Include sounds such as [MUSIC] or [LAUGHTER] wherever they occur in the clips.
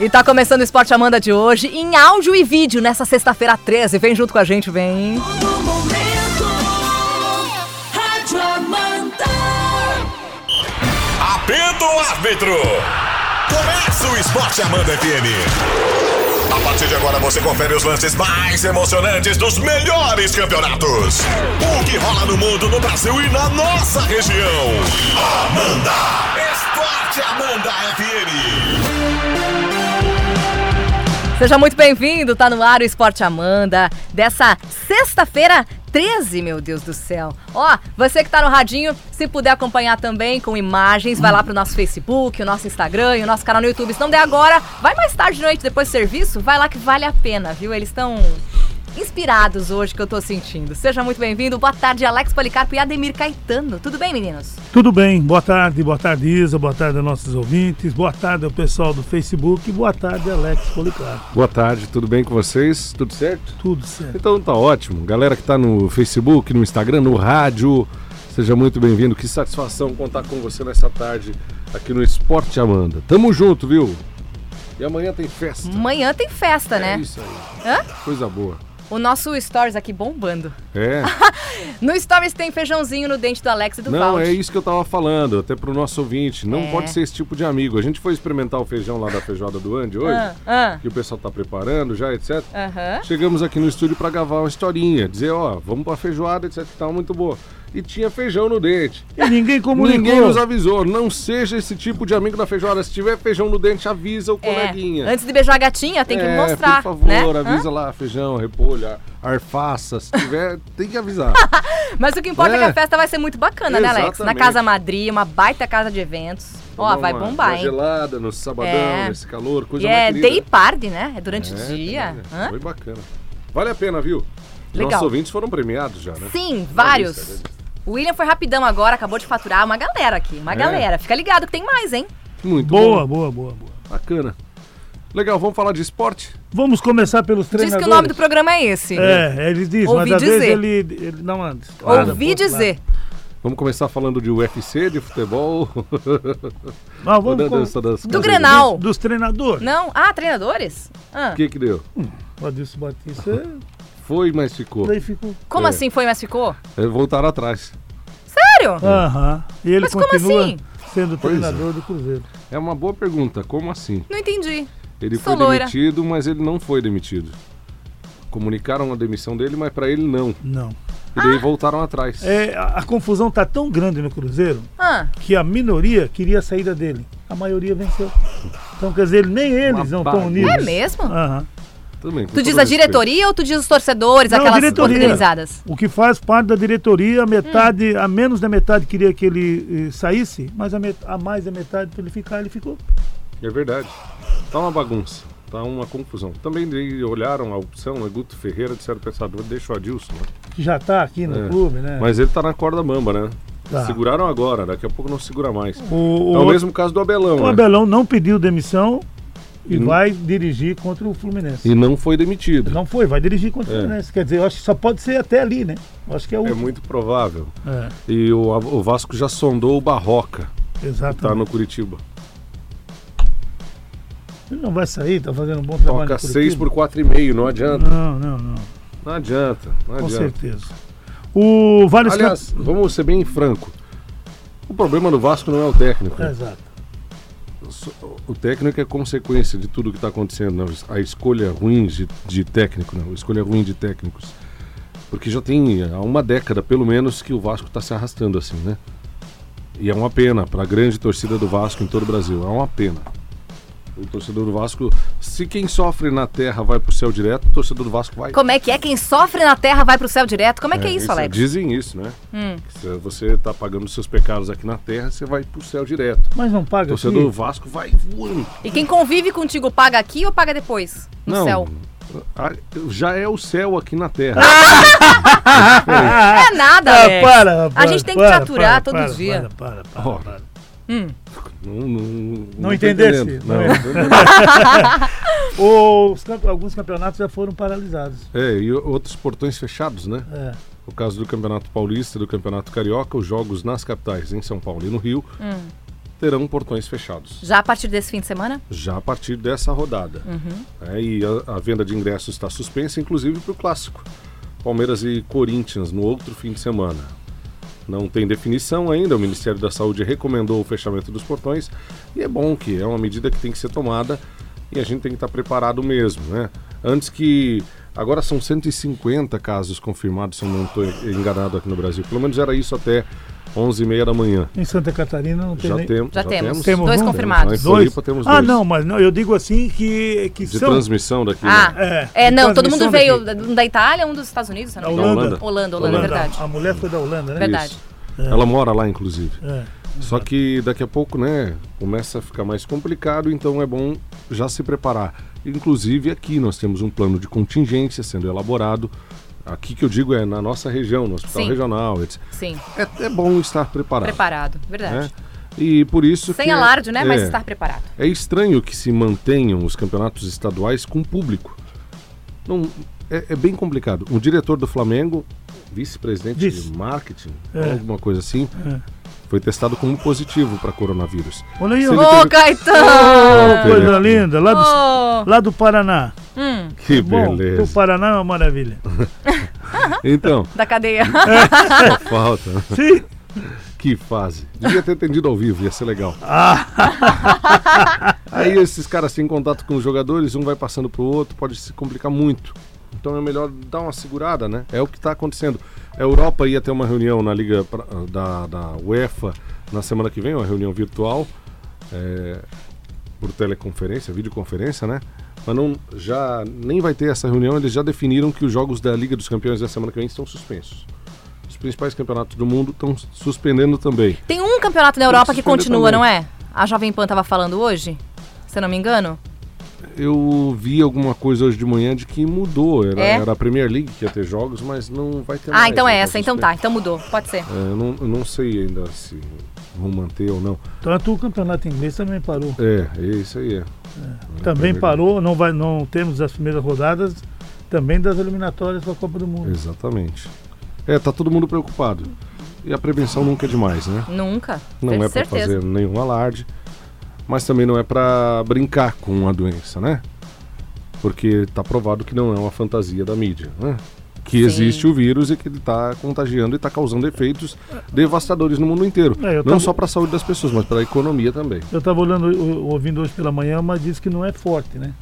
E tá começando o Esporte Amanda de hoje, em áudio e vídeo, nessa sexta-feira 13. Vem junto com a gente, vem. No momento, Rádio Amanda. Apito o árbitro! Começa o Esporte Amanda FM! A partir de agora você confere os lances mais emocionantes dos melhores campeonatos. O que rola no mundo, no Brasil e na nossa região. Amanda! Esporte Amanda FM! Seja muito bem-vindo, tá no ar o Esporte Amanda, dessa sexta-feira 13, meu Deus do céu. Ó, você que tá no radinho, se puder acompanhar também com imagens, vai lá pro nosso Facebook, o nosso Instagram e o nosso canal no YouTube. Se não der agora, vai mais tarde de noite, depois do serviço, vai lá que vale a pena, viu? Eles estão inspirados hoje, que eu tô sentindo. Seja muito bem-vindo, boa tarde, Alex Policarpo e Ademir Caetano. Tudo bem, meninos? Tudo bem, boa tarde, boa tarde Isa, boa tarde aos nossos ouvintes, boa tarde ao pessoal do Facebook, boa tarde Alex Policarpo. Boa tarde, tudo bem com vocês? Tudo certo? Tudo certo. Então tá ótimo. Galera que tá no Facebook, no Instagram, no rádio, seja muito bem-vindo. Que satisfação contar com você nessa tarde aqui no Esporte Amanda. Tamo junto, viu? E amanhã tem festa. Amanhã tem festa, É Hum, né? isso aí. Hã? Coisa boa. O nosso Stories aqui bombando. [LAUGHS] É. No Stories tem feijãozinho no dente do Alex e do Não, Valdi. é isso que eu tava falando, até pro nosso ouvinte. Não É. pode ser esse tipo de amigo. A gente foi experimentar o feijão lá da feijoada do Andy hoje, Ah, ah, que o pessoal tá preparando já, etc. aham. Chegamos aqui no estúdio pra gravar uma historinha, dizer, ó, vamos pra feijoada, etc, que tava muito boa. E tinha feijão no dente. E ninguém comunicou. Ninguém nos avisou, não seja esse tipo de amigo da feijoada. Se tiver feijão no dente, avisa o É, coleguinha. Antes de beijar a gatinha, tem que É, mostrar. Por favor, né? avisa lá, feijão, repolho, arfaça. Se tiver, tem que [LAUGHS] avisar. Hã? Mas o que importa é. que a É. festa vai ser muito bacana, né, Alex? Na Exatamente. Tá Casa Madri, uma baita casa de eventos. Ó, Tomar vai uma- bombar, uma hein? gelada no sabadão, É. nesse calor, coisa E é mais querida. day party, né? É durante o É, dia. tem, né? Hã? Foi bacana. Vale a pena, viu? Legal. Nossos ouvintes foram premiados já, né? Sim, Na lista, vários. né? O William foi rapidão agora, acabou de faturar uma galera aqui. Uma É. galera. Fica ligado que tem mais, hein? Muito Boa, bom. boa, boa, boa. Bacana. Legal, vamos falar de esporte? Vamos começar pelos Diz treinadores. que o nome do programa é esse. É, ele diz, Ouvi mas às vezes dizer. ele, ele dá uma... estourada pro Ouvi outro dizer. Vamos começar falando de UFC, de futebol. lado. Mas [LAUGHS] Ou da vamos com- dança Do das cadeiras? Grenal. dos treinadores. Não? Ah, treinadores? Ah. O que que deu? O Adilson Batista, Foi, mas ficou. daí ficou... Como É. assim foi, mas ficou? É, Voltaram atrás. Sério? Ah. Aham. E ele Mas como continua assim? sendo É. Pois é. treinador do Cruzeiro. É uma boa pergunta. Como assim? Não entendi. Ele Sou foi loira. demitido, mas ele não foi demitido. Comunicaram a demissão dele, mas pra ele não. Não. E Ah! daí voltaram atrás. É, a, a confusão tá tão grande no Cruzeiro Ah. que a minoria queria a saída dele. A maioria venceu. Então, quer dizer, nem eles não estão bagunça. unidos. É mesmo? Aham. Também, com Tu todo diz a respeito. diretoria ou tu diz os torcedores, Não, aquelas diretoria. organizadas? Hum. O que faz parte da diretoria, a metade, a menos da metade queria que ele eh, saísse, mas a, met- a mais da metade para ele ficar, ele ficou. É verdade. Tá uma bagunça. Tá uma confusão. Também daí olharam a opção, é Guto Ferreira, disseram pra essa deixa o Adilson. né? Que já está aqui no É. clube, né? Mas ele tá na corda bamba, né? Tá. Seguraram agora, daqui a pouco não segura mais. o, o, É o outro- mesmo caso do Abelão. o né? Hum. Abelão não pediu demissão e E não- vai dirigir contra o Fluminense. E não foi demitido. Não foi, vai dirigir contra o Hum. É. Fluminense. Quer dizer, eu acho que só pode ser até ali, né? Eu acho que é o. É muito provável. É, E o, o Vasco já sondou o Barroca, tá exatamente. no Curitiba. Ele não vai sair, tá fazendo um bom trabalho. Toca no 6 Curitiba. por 4,5, não adianta. Não, não, não. Não adianta, não Com adianta. certeza. O vários Aliás, vamos ser bem franco. O problema do Vasco não é o técnico. campe- Exato. O técnico é consequência de tudo que está acontecendo, não. a escolha ruim de, de técnico, não. a escolha ruim de técnicos. Porque já tem há uma década, pelo menos, que o Vasco está se arrastando assim, né? E é uma pena para a grande torcida do Vasco em todo o Brasil, é uma pena. O torcedor do Vasco, se quem sofre na terra vai para o céu direto, o torcedor do Vasco vai. Como é que é? Quem sofre na terra vai pro céu direto? Como é que é, isso, Alex? Hum. Dizem isso, né? Que Se você está pagando seus pecados aqui na terra, você vai para o céu direto. Mas não O paga torcedor do aqui. Vasco vai voando. E quem convive contigo paga aqui ou paga depois? No céu? Ah! a- Já é o céu aqui na Terra. É nada, Ah, Alex. para, A rapaz, gente tem que para, te aturar para, todo para, dia. Para, para, para, Ó, para. Hum. Não, não, não Não tô entendesse, entendendo. não Não, é? tô entendendo. Os campe- alguns campeonatos já foram paralisados. [LAUGHS] é, e outros portões fechados, né? É. O Hum. caso do Campeonato Paulista, do Campeonato Carioca, os jogos nas capitais, em São Paulo e no Rio, terão portões fechados. Já a partir desse fim de semana? já a partir dessa rodada. Uhum. É, e a, a venda de ingressos está suspensa, inclusive para o clássico. Palmeiras e Corinthians no outro fim de semana. Não tem definição ainda, o Ministério da Saúde recomendou o fechamento dos portões e é bom que é uma medida que tem que ser tomada e a gente tem que estar preparado mesmo, né? Antes que. Agora são 150 casos confirmados, se eu não estou enganado aqui no Brasil. Pelo menos era isso até 11h30 da manhã. Em Santa Catarina não tem Já, nem... tem- Já temos. Temos Dois um? confirmados. Temos mais Floripa temos ah, dois. não, mas não, eu digo assim que, que De são... transmissão daqui. né? Ah, é, É, não, todo transmissão mundo veio um da Itália, um dos Estados Unidos, É se eu não me Da engano. Holanda. Holanda, Holanda, Holanda. é verdade. A mulher foi da Holanda, né? Verdade. Isso. Ela mora lá, inclusive. É. Só que daqui a pouco, né, começa a ficar mais complicado, então é bom já se preparar. Inclusive aqui nós temos um plano de contingência sendo elaborado. Aqui que eu digo é na nossa região, no hospital Sim. regional, etc. Sim, É, é bom estar preparado. preparado, né? verdade. E por isso Sem que é- alarde, né? Mas é. estar preparado. É estranho que se mantenham os campeonatos estaduais com público. Não, é, é bem complicado. Um diretor do Flamengo, vice-presidente Vice. de marketing, É. alguma coisa assim, foi testado como positivo para coronavírus. Olha aí, Se ó. ele Ô, teve- Caetano! Coisa linda, lá do, Ô. lá do Paraná. Que Bom, beleza. o Paraná é uma [LAUGHS] maravilha. Então, Da cadeia. só falta. Sim. Que fase. Devia ter atendido ao vivo, ia ser legal. Aí esses caras têm contato com os jogadores, um vai passando pro outro, pode se complicar muito. Então é melhor dar uma segurada, né? É o que tá acontecendo. A Europa ia ter uma reunião na Liga pra- da, da UEFA na semana que vem, uma reunião virtual, é, por teleconferência, videoconferência, né? Mas não, já nem vai ter essa reunião, eles já definiram que os jogos da Liga dos Campeões da semana que vem estão suspensos. Os principais campeonatos do mundo estão suspendendo também. Tem um campeonato na Europa que suspender continua, também. não é? A Jovem Pan tava falando hoje, se eu não me engano. Eu vi alguma coisa hoje de manhã de que mudou. Era, É? era a Premier League que ia ter jogos, mas não vai ter mais. Ah, então né? é essa, então tá, então mudou, pode ser. É, eu, não, eu não sei ainda se vão manter ou não. Tanto o Então, campeonato inglês também parou. É, é isso aí. É. Também verdade. parou, não, vai, não temos as primeiras rodadas também das eliminatórias da Copa do Mundo. Exatamente. É, tá todo mundo preocupado. E a prevenção nunca é demais, né? Nunca. Não tenho é pra certeza. fazer nenhum alarde, mas também não é pra brincar com a doença, né? Porque tá provado que não é uma fantasia da mídia, né? Que Sim. existe o vírus e que ele tá contagiando e tá causando efeitos devastadores no mundo inteiro. É, eu não tava- só pra saúde das pessoas, mas pra economia também. Eu estava olhando, o- ouvindo hoje pela manhã, mas diz que não é forte, né?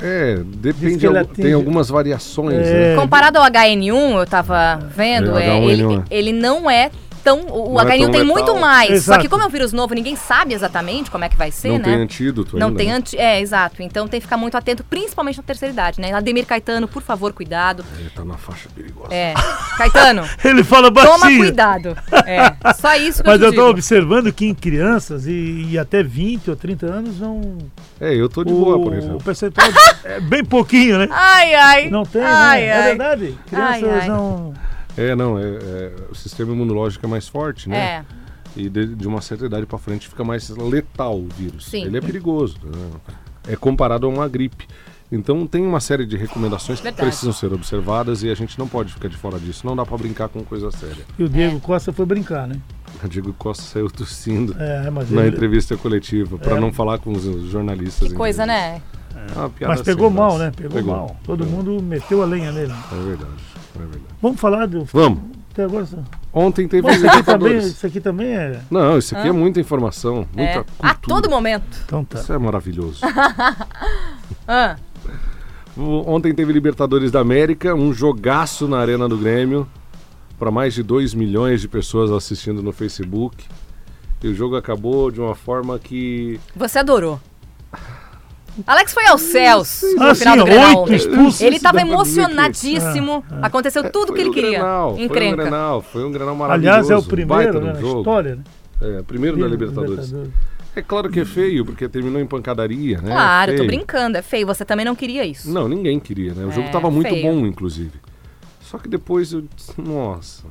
É, depende, ele al- atinge- tem algumas variações, É, né? Comparado ao HN1, eu tava vendo, É, é, H1N1, ele, é. ele não é tão. O Não é HN1 tão tem letal. muito mais. Só que Exato. como é um vírus novo, ninguém sabe exatamente como é que vai ser, Não né? tem antídoto Não ainda, tem né? anti. É, exato. Então tem que ficar muito atento, principalmente na terceira idade, né? Ademir Caetano, por favor, cuidado. Ele tá na faixa perigosa. É. [LAUGHS] Caetano, [LAUGHS] Ele fala toma baixinho. cuidado. É. Só isso que Mas eu eu te estou digo. observando que em crianças e, e até 20 ou 30 anos não. É, eu tô de o, boa, por o exemplo. percentual é bem pouquinho, né? Ai, ai. Não tem, ai, né? Ai. É verdade. Crianças Ai, ai. não. É, não, é, é, o sistema imunológico é mais forte, né? É. E de, de uma certa idade para frente fica mais letal o vírus. Sim. Ele é perigoso. né? É comparado a uma gripe. Então tem uma série de recomendações que Verdade. precisam ser observadas e a gente não pode ficar de fora disso. Não dá para brincar com coisa séria. E o É. Diego Costa foi brincar, né? O Diego Costa saiu tossindo É, mas na ele- entrevista coletiva para É. não falar com os jornalistas. É Que coisa, né? Mas pegou mal, né? Pegou, mal. Todo mundo. mundo meteu a lenha nele. É verdade. É verdade. Vamos falar do. Vamos. Até agora. só- Ontem teve Bom, os isso, aqui também, Libertadores. isso aqui também é. Não, isso aqui é muita informação, Ah. É. muita cultura. A todo momento. Então tá. Isso é maravilhoso. [LAUGHS] Ah, O- Ontem teve Libertadores da América, um jogaço na Arena do Grêmio, para mais de 2 milhões de pessoas assistindo no Facebook. E o jogo acabou de uma forma que. você adorou. Alex foi aos céus no Ah, final sim, do Grenal oito eh, ontem. expulsos. Ele tava Dá pra dizer que- emocionadinho. Ah, Aconteceu tudo que Foi ele um queria. Grenal, Foi um Encrenca. Grenal, foi um Grenal maravilhoso. Aliás, é o um primeiro baita de um né, na jogo. história, né? É, primeiro da Libertadores. É claro que é feio, porque terminou em pancadaria, né? Claro, eu tô Feio. brincando. É feio. Você também não queria isso. Não, ninguém queria, né? O jogo É, tava muito feio. bom, inclusive. Só que depois eu disse, nossa.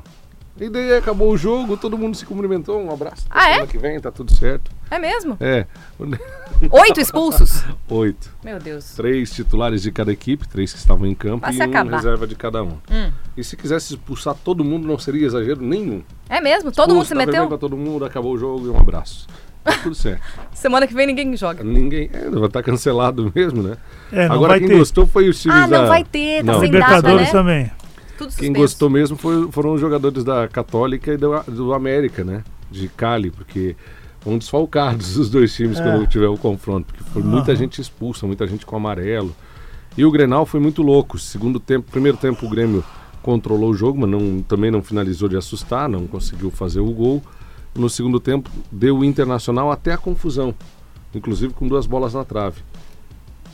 E daí acabou o jogo, todo mundo se cumprimentou, um abraço. até Ah, é? semana que vem, tá tudo certo. É mesmo? É. Oito [LAUGHS] expulsos? Oito. Meu Deus. Três titulares de cada equipe, três que estavam em campo Vai e se um acabar. Hum. reserva de cada um. E se quisesse expulsar todo mundo, não seria exagero nenhum. É mesmo? Todo mundo Expulsa, se dá vermelho meteu? Pra todo mundo, acabou o jogo e um abraço. tá tudo certo. [LAUGHS] Semana que vem ninguém joga. Ninguém. É, vai estar cancelado mesmo, né? É, não Agora vai quem ter. gostou foi os times Ah, não da- vai ter, tá Não. sem data, Libertadores né? também. Tudo Quem suspenso. gostou mesmo foi- foram os jogadores da Católica e do, do América, né? De Cali, porque é vão desfalcados os dois times É. quando tiver o confronto, porque foi muita gente expulsa, muita gente com amarelo. E o Grenal foi muito louco. Segundo tempo, primeiro tempo o Grêmio controlou o jogo, mas não- também não finalizou de assustar, não conseguiu fazer o gol. No segundo tempo deu o Internacional até a confusão, inclusive com duas bolas na trave.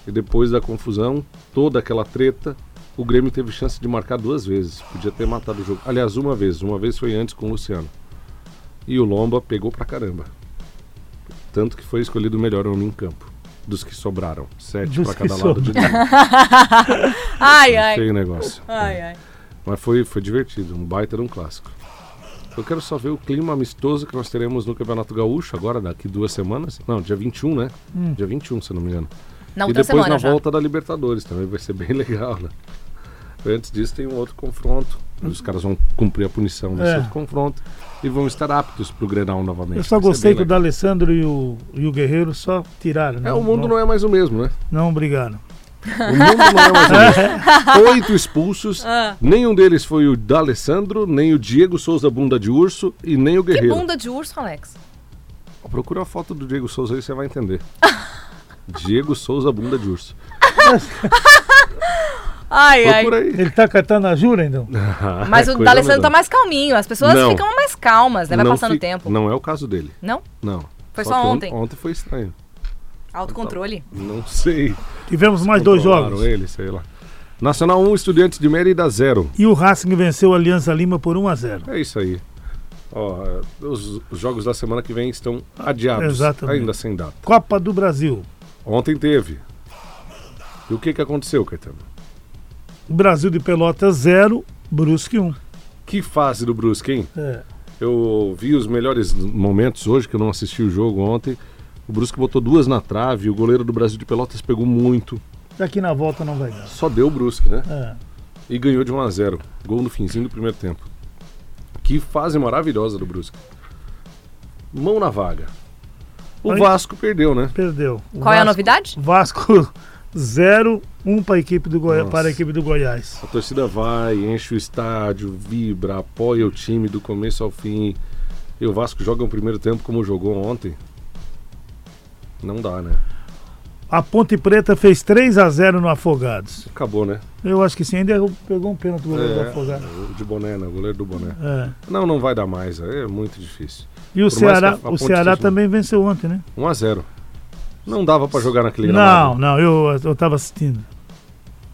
E depois da confusão, toda aquela treta, o Grêmio teve chance de marcar duas vezes. Podia ter matado o jogo. Aliás, uma vez. Uma vez foi antes com o Luciano. E o Lomba pegou pra caramba. Tanto que foi escolhido o melhor homem em campo. Dos que sobraram. Sete Dos pra que cada lado de campo. Ai, [LAUGHS] ai. Feio o negócio. Ai, ai. Mas foi, foi divertido. Um baita de um clássico. Eu quero só ver o clima amistoso que nós teremos no Campeonato Gaúcho agora, daqui duas semanas. Não, dia 21, né? Hum. Dia 21, se eu não me engano. Na E outra depois É um semana na já. volta da Libertadores também vai ser bem [LAUGHS] legal, né? Antes disso tem um outro confronto. Os caras vão cumprir a punição desse É. outro confronto e vão estar aptos pro Grenal novamente. Eu só Vai ser gostei é bem que o legal. D'Alessandro e o, e o Guerreiro só tiraram. É, o mundo não é mais o mesmo, né? Não brigaram. O mundo não é [LAUGHS] mais o mesmo. Oito expulsos, Ah. nenhum deles foi o D'Alessandro, nem o Diego Souza Bunda de Urso e nem o Que Guerreiro. bunda de urso, Alex. Procura a foto do Diego Souza aí, você [LAUGHS] vai entender. Diego Souza Bunda de Urso. Ai, ai. Procura aí. [LAUGHS] Ah, Ele tá catando a jura, então? É. Mas o Coisa D'Alessandro tá melhor. mais calminho. As pessoas Não. ficam mais calmas, né? Vai Não passando o fi- tempo. Não é o caso dele. Não? Não. Foi que só on- ontem. Ontem foi estranho. Autocontrole. Não sei. Tivemos [LAUGHS] mais dois Controlaram jogos. ele, sei lá. Nacional 1, Estudiantes de Mérida 0. E o Racing venceu a Aliança Lima por 1 a 0 É isso aí. Ó, eh, os, os jogos da semana que vem estão adiados. Exatamente. Ainda sem data. Copa do Brasil. Ontem teve. E o que, que aconteceu, Caetano? Brasil de Pelotas 0, Brusque 1. Que fase do Brusque, hein? É. Eu vi os melhores momentos hoje, que eu não assisti o jogo ontem. O Brusque botou duas na trave, o goleiro do Brasil de Pelotas pegou muito. Daqui na volta não vai dar. Só deu o Brusque, né? É. e ganhou de 1 a 0 Gol no finzinho do primeiro tempo. Que fase maravilhosa do Brusque. Mão na vaga. O Aí- Vasco perdeu, né? Perdeu. O Qual é a Vasco- novidade? Vasco [LAUGHS] 0, 1 para a equipe do, Goi... Nossa. para a equipe do Goiás. A torcida vai, enche o estádio, vibra, apoia o time do começo ao fim. E o Vasco joga um primeiro tempo como jogou ontem. Não dá, né? A Ponte Preta fez 3 a 0 no Afogados. Acabou, né? É, Eu acho que sim, ainda pegou um pênalti do goleiro do Afogados. o de boné, né? O goleiro do boné. É. Não, não vai dar mais. É muito difícil. E o Por mais Ceará, que a- a o Ponte Ceará seja- também venceu ontem, né? 1 a 0 Não dava pra jogar naquele gramado. Não, não, eu, eu tava assistindo.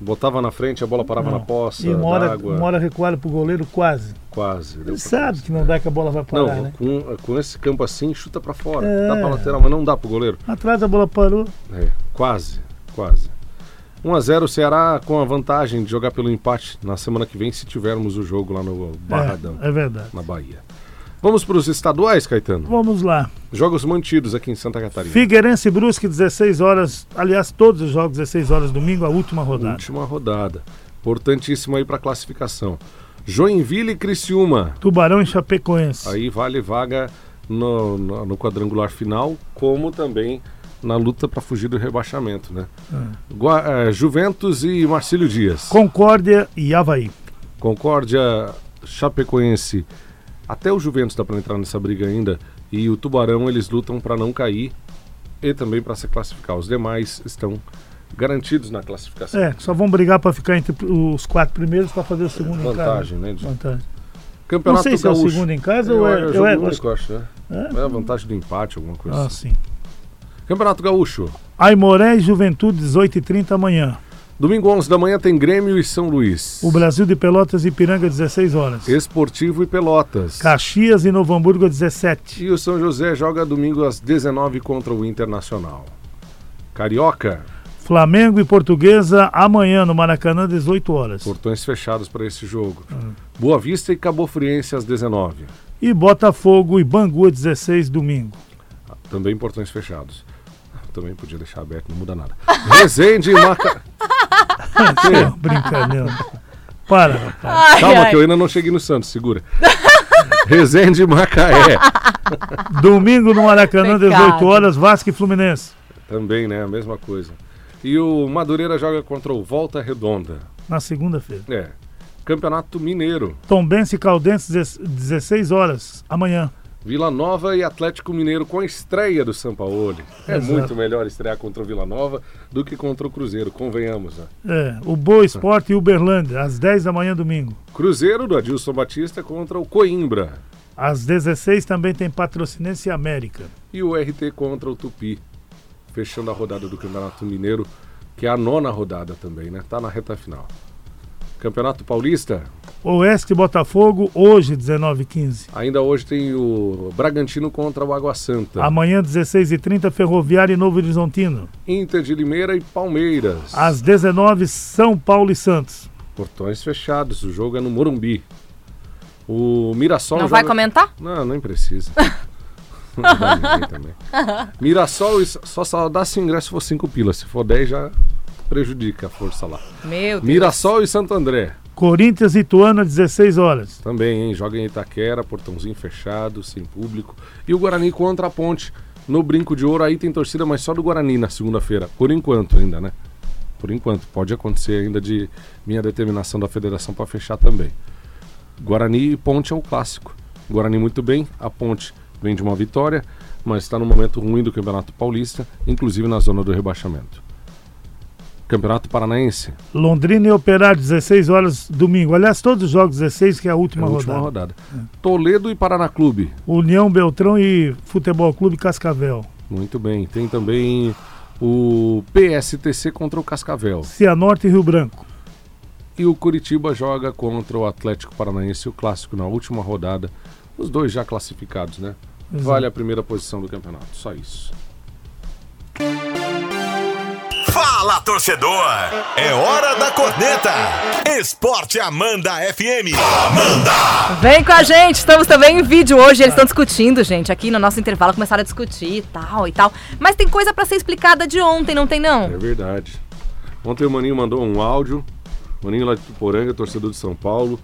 Botava na frente, a bola parava na poça, e uma hora, d'água, uma hora recuada pro goleiro quase. quase. deu Ele pra- sabe que não dá que a bola vai Não, parar, né? com, com esse campo assim, chuta pra fora, É. dá pra lateral, mas não dá pro goleiro. Atrás a bola parou. É, quase, quase. 1 a 0 o Ceará com a vantagem de jogar pelo empate na semana que vem, se tivermos o jogo lá no Barradão, É, é verdade. na Bahia. Vamos pros estaduais, Caetano? Vamos lá. Jogos mantidos aqui em Santa Catarina. Figueirense e Brusque, 16 horas. Aliás, todos os jogos, 16 horas, domingo, a última rodada. Última rodada. Importantíssimo aí pra classificação. Joinville e Criciúma. Tubarão e Chapecoense. Aí vale vaga no, no, no quadrangular final, como também na luta para fugir do rebaixamento, né? É. Gua- eh, Juventus e Marcílio Dias. Concórdia e Havaí. Concórdia, Chapecoense. Até o Juventus dá para entrar nessa briga ainda. E o Tubarão, eles lutam para não cair e também para se classificar. Os demais estão garantidos na classificação. É, só vão brigar para ficar entre os quatro primeiros para fazer o segundo Vantagem, em casa. né? de- Vantagem. Não Campeonato sei se é o Gaúcho. segundo em casa Eu, ou é. eu, eu é- jogo acho- único, acho, né? É? É a vantagem do empate, alguma coisa. Ah, assim. sim. Campeonato Gaúcho. Aimoré e Juventude, 18h30 amanhã. Domingo 11 da manhã tem Grêmio e São Luís. O Brasil de Pelotas e Piranga, 16 horas. Esportivo e Pelotas. Caxias e Novo Hamburgo, 17. E o São José joga domingo às 19 contra o Internacional. Carioca, Flamengo e Portuguesa, amanhã no Maracanã, 18 horas. portões fechados para esse jogo. Boa Vista e Cabo Friense às 19. E Botafogo e Bangu, 16, domingo. [LAUGHS] Também portões fechados. Também podia deixar aberto, não muda nada. Resende e Maca... Não, Brincadeira. Para, rapaz. Ai, Calma ai. que eu ainda não cheguei no Santos, segura. [LAUGHS] Resende e Macaé. Domingo no Maracanã, Pecado. 18 horas, Vasco e Fluminense. Também, né? A mesma coisa. E o Madureira joga contra o Volta Redonda. Na segunda-feira. É. Campeonato Mineiro. Tombense e Caldense, 16 horas, amanhã. Vila Nova e Atlético Mineiro com a estreia do Sampaoli. É Exato. muito melhor estrear contra o Vila Nova do que contra o Cruzeiro, convenhamos. Né? É, o Boa Esporte e Uberlândia, às 10 da manhã, domingo. Cruzeiro do Adilson Batista contra o Coimbra. Às 16 também tem Patrocinense e América. E o RT contra o Tupi. Fechando a rodada do Campeonato Mineiro, que é a nona rodada também, né? Tá na reta final. Campeonato Paulista, Oeste e Botafogo, hoje, 19h15. ainda hoje tem o Bragantino contra o Água Santa. Amanhã, 16h30, Ferroviária e Novo Horizontino. Inter de Limeira e Palmeiras. Às 19 São Paulo e Santos. Portões fechados, o jogo é no Morumbi. O Mirassol Não joga- vai comentar? Não, [LAUGHS] nem precisa. Não vai ninguém também. Mirassol isso- só, só dá se o ingresso for 5 pilas. Se for 10 já prejudica a força lá. Meu Deus. Mirassol e Santo André Corinthians e Ituano, 16 horas. também, hein? Joga em Itaquera, portãozinho fechado, sem público. E o Guarani contra a Ponte. No Brinco de Ouro aí tem torcida, mas só do Guarani na segunda-feira. Por enquanto ainda, né? Por enquanto. Pode acontecer ainda de minha determinação da federação para fechar também. Guarani e Ponte é o clássico. Guarani muito bem, a Ponte vem de uma vitória, mas está no momento ruim do Campeonato Paulista, inclusive na zona do rebaixamento. Campeonato Paranaense, Londrina e Operário, 16 horas, domingo. Aliás, todos os jogos 16, que é a é a última, última rodada. rodada. Toledo e Paraná Clube, União Beltrão e Futebol Clube Cascavel. muito bem. Tem também o PSTC contra o Cascavel. Cianorte e Rio Branco. E o Curitiba joga contra o Atlético Paranaense, o clássico na última rodada. Os dois já classificados, né? Vale a primeira posição do campeonato, só isso. Fala, torcedor! É hora da corneta! Esporte Amanda FM! Vem com a gente, estamos também em vídeo hoje. Eles estão discutindo, gente, aqui no nosso intervalo. Começaram a discutir e tal e tal. Mas tem coisa pra ser explicada de ontem, não tem não? É verdade. Ontem o Maninho mandou um áudio, Maninho lá de Tuporanga, torcedor de São Paulo.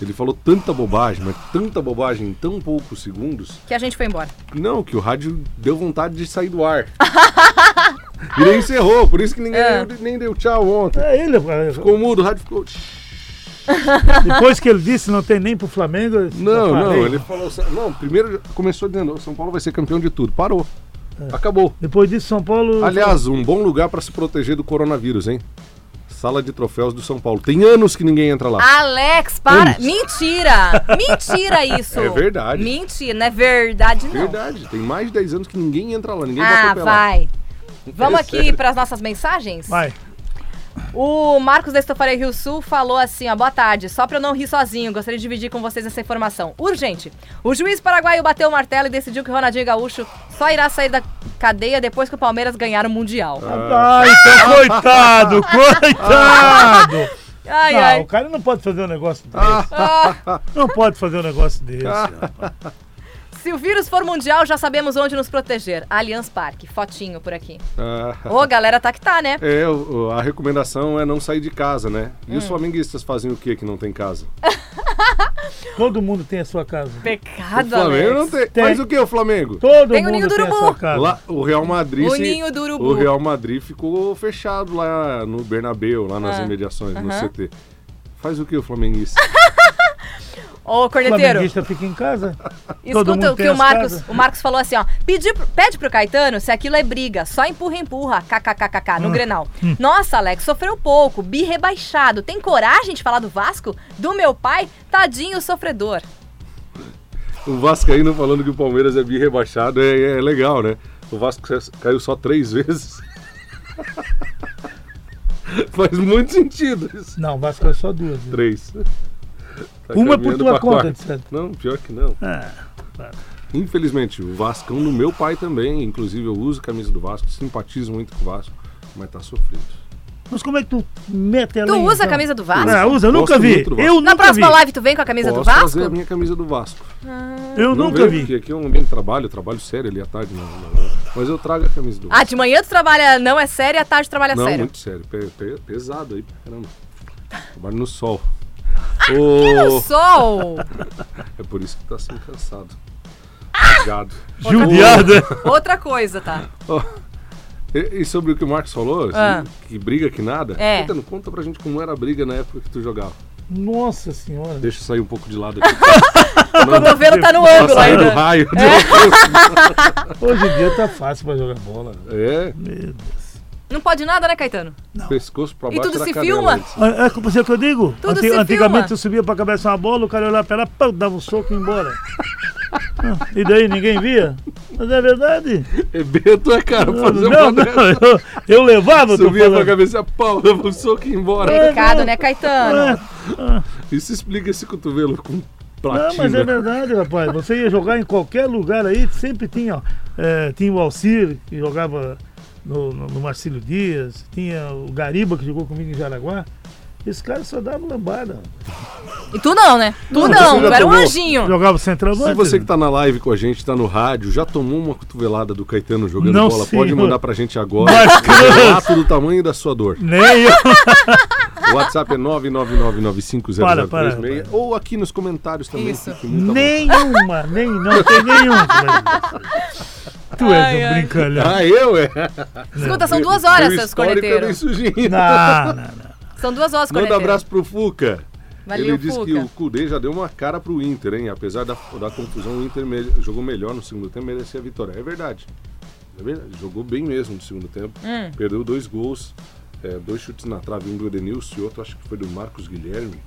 Ele falou tanta bobagem, mas tanta bobagem em tão poucos segundos, Que a gente foi embora. não, que o rádio deu vontade de sair do ar. e nem encerrou, por isso que ninguém É. deu- nem deu tchau ontem. É ele, cara. Ficou mudo, o rádio ficou. depois que ele disse não tem nem pro Flamengo. eu Não, não, falei. ele falou. Não, primeiro começou dizendo: "O São Paulo vai ser campeão de tudo. Parou. É. Acabou. Depois disso, São Uhum. Paulo. Aliás, um bom lugar pra se proteger do coronavírus, hein? Sala de troféus do São Paulo. Tem anos que ninguém entra lá. Ah, Alex, para. Antes. Mentira! Mentira [LAUGHS] isso! É verdade. Mentira, não é verdade, não. Verdade, tem mais de 10 anos que ninguém entra lá, ninguém vai Ah, atropelar. vai. Vamos É aqui sério. para as nossas mensagens? Vai. O Marcos da Estofaria Rio Sul falou assim, ó, boa tarde, só pra eu não rir sozinho, gostaria de dividir com vocês essa informação. Urgente, o juiz paraguaio bateu o martelo e decidiu que o Ronaldinho Gaúcho só irá sair da cadeia depois que o Palmeiras ganhar o Mundial. Ah, [LAUGHS] então, coitado, Ah, coitado! Ai, Ah, ai. Ah, o cara não pode fazer um negócio desse. Ah. Não pode fazer um negócio desse. Se o vírus for mundial, já sabemos onde nos proteger. Allianz Parque, fotinho por [LAUGHS] aqui. Ah, Ô, galera, tá que tá, né? é, o- o- a recomendação é não sair de casa, né? E Hum. os flamenguistas fazem o que que não tem casa? Todo mundo tem a sua casa. o Pecado, Flamengo não Alex. tem. Tem. Faz o que o Flamengo? Todo Tem o mundo ninho do tem a urubu. sua casa. Lá, o Real Madrid. O se- ninho do urubu. O Real Madrid ficou fechado lá no Bernabeu, lá Ah, nas imediações, no CT. Faz o que o flamenguista? [LAUGHS] Ô, o corneteiro. flamenguista fica em casa. Todo Escuta mundo o tem que o as Marcos, casas. o Marcos falou assim, ó. Pedi, pro- pede pro Caetano se aquilo é briga. Só empurra, empurra. KKKKK Hum. no Grenal. Nossa, Alex, sofreu pouco. Bi rebaixado. Tem coragem de falar do Vasco? Do meu pai? Tadinho sofredor. o Vascaíno falando que o Palmeiras é bi rebaixado é, é legal, né? O Vasco caiu só três [LAUGHS] vezes. Faz muito sentido isso. Não, o Vasco é só duas. né? Três. Tá Uma caminhando por tua pra conta, É, quarta. Edson. Não, pior que não. Infelizmente, o Vascão no meu pai também. Inclusive, eu uso a camisa do Vasco, simpatizo muito com o Vasco, mas tá sofrido. Mas como é que tu mete ela Tu em- usa a então? camisa do Vasco? Ah, usa, eu Gosto nunca vi. muito do Vasco. Eu Na nunca próxima vi. live tu vem com a camisa Posso do Vasco? trazer a minha camisa do Vasco. Eu Não nunca veio, Porque vi. aqui é um ambiente de trabalho, eu trabalho sério ali à tarde. Não, não, não. Mas eu trago a camisa do Ah, de manhã tu trabalha não é sério e à tarde tu trabalha Não, sério. muito sério. Pe- pe- pesado aí, pra caramba. Trabalho no sol. Ô, Sol! é por isso que tá assim cansado. Ah! Gado. Judiada. Outra coisa, [LAUGHS] tá? E, e sobre o que o Marcos falou, assim, Ah. que briga que nada, É. Caetano, conta pra gente como era a briga na época que tu jogava. Nossa senhora. Deixa eu sair um pouco de [LAUGHS] lado aqui. O novelo tá no tá ângulo saindo ainda. raio. Hoje em dia tá fácil pra jogar bola. É, Meu Deus. Não pode nada, né, Caetano? pescoço pra E baixo tudo da se canela filma? antes. É, é como você que eu digo? Tudo se filma. antigamente eu subia pra cabeça uma bola, o cara olhava pra ela, pam, dava um soco e ia embora. Ah, e daí ninguém via? Mas é verdade. Ah, É bento, é, cara? Fazer não, uma dessa. não, eu, eu levava, eu tô Subia pra falando. cabeça, pau, leva um soco e ia embora. Pecado, né, Caetano? É, Isso explica esse cotovelo com platina. não, mas é verdade, rapaz. Você ia jogar em qualquer lugar aí, sempre tinha, ó, é, tinha o Alcir, que jogava no, no, no Marcílio Dias, tinha o Gariba, que jogou comigo em Jaraguá. Esse cara só dava lambada. E tu não, né? Tu Não, não, você já tu era um tomou. anjinho. Jogava centroavante. Se você né? que tá na live com a gente, tá no rádio, já tomou uma cotovelada do Caetano jogando Não, bola, senhor. pode mandar pra gente agora. Um relato do tamanho da sua dor. Nem eu. O WhatsApp é Para, para, 999950036 para. ou aqui nos comentários também. Isso. fique muito à Nenhuma, nem, não tem nenhum. Tu Ai, és um ai. vontade. brincalhão. Ah, eu é. Escuta, Tá, são duas horas, [LAUGHS] Meu seus histórico é bem corneteiros. sujinho. Não, não, não. São duas horas, Manda corneteiros. um abraço pro Fuca. Valeu, Ele disse Fuca. que o Kudê já deu uma cara pro Inter, hein? Apesar da, da confusão, o Inter me- jogou melhor no segundo tempo, merecia a vitória. É verdade. É verdade. Jogou bem mesmo no segundo tempo. Perdeu dois gols, é, dois chutes na trave, um do Edenilson e outro, acho que foi do Marcos Guilherme.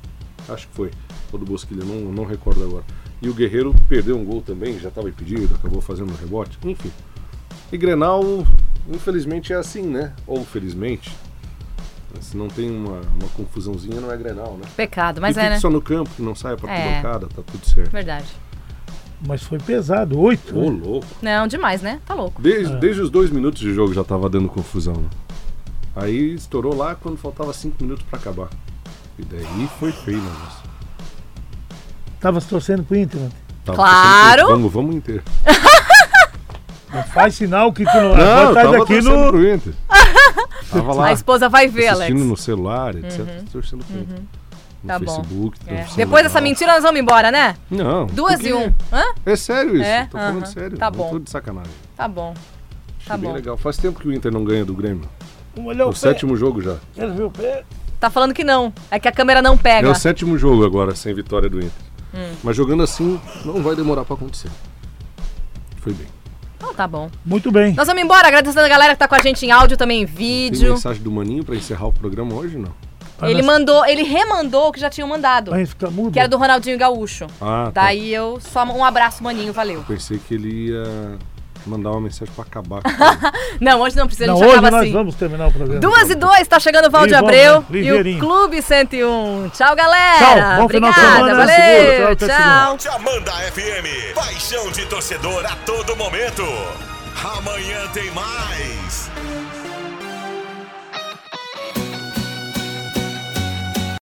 Acho que foi. Ou do Bosquilha, não, não recordo agora. E o Guerreiro perdeu um gol também, já estava impedido, acabou fazendo um rebote. Enfim. E Grenal, infelizmente, é assim, né? Ou felizmente. Se não tem uma, uma confusãozinha, não é Grenal, né? Pecado, mas e é, fique né? só no campo, que não saia pra É. arquibancada, tá tudo certo. Verdade. Mas foi pesado, oito. Ô, louco. Não, demais, né? Tá louco. Desde, desde os dois minutos de jogo já tava dando confusão, né? Aí estourou lá quando faltava cinco minutos pra acabar. E daí foi feio, né? nossa? Tava se torcendo pro Inter, mano. Tava Claro. torcendo pro- Vamos, vamos inteiro. Mas faz sinal que tu não. Agora tá tava daqui torcendo no. pro Inter. Tava lá A esposa vai ver, Alex. É. Uhum. Ah, assistindo no celular, etc. Torcendo pro Inter. No Tá bom. Facebook. É. transmissão Depois dessa local. mentira, nós vamos embora, né? Não. Duas porque e um. Hã? É sério isso. É? Tô falando Aham. sério. Tá não bom. Tô de sacanagem. Tá bom. Achei Tá bem bom. legal. Faz tempo que o Inter não ganha do Grêmio. Vamos olhar É o o pé. sétimo jogo já. Quero ver o pé. Tá falando que não. É que a câmera não É pega. Hum. o sétimo jogo agora sem vitória do Inter. Mas jogando assim, não vai demorar pra acontecer. Foi bem. Então tá bom. Muito bem. Nós vamos embora, agradecendo a galera que tá com a gente em áudio, também em Tem vídeo. mensagem do Maninho pra encerrar o programa hoje, não? Pra Ele nós- mandou, ele remandou o que já tinham mandado, pra gente ficar mudo. que era do Ronaldinho Gaúcho. Ah, tá. Daí eu só um abraço, maninho, valeu. Pensei que ele ia mandar uma mensagem pra acabar. com ele. Não, hoje não precisa, a Não, gente hoje acaba nós assim. vamos terminar o programa. Duas e dois, tá chegando o Valde E vamos, Abreu né? e o Ligeirinho. Clube 101. Tchau, galera. Tchau, bom Obrigada, final de semana, até segunda, valeu. tchau, até tchau. Te Amanda FM. Paixão de torcedor a todo momento. Amanhã tem mais.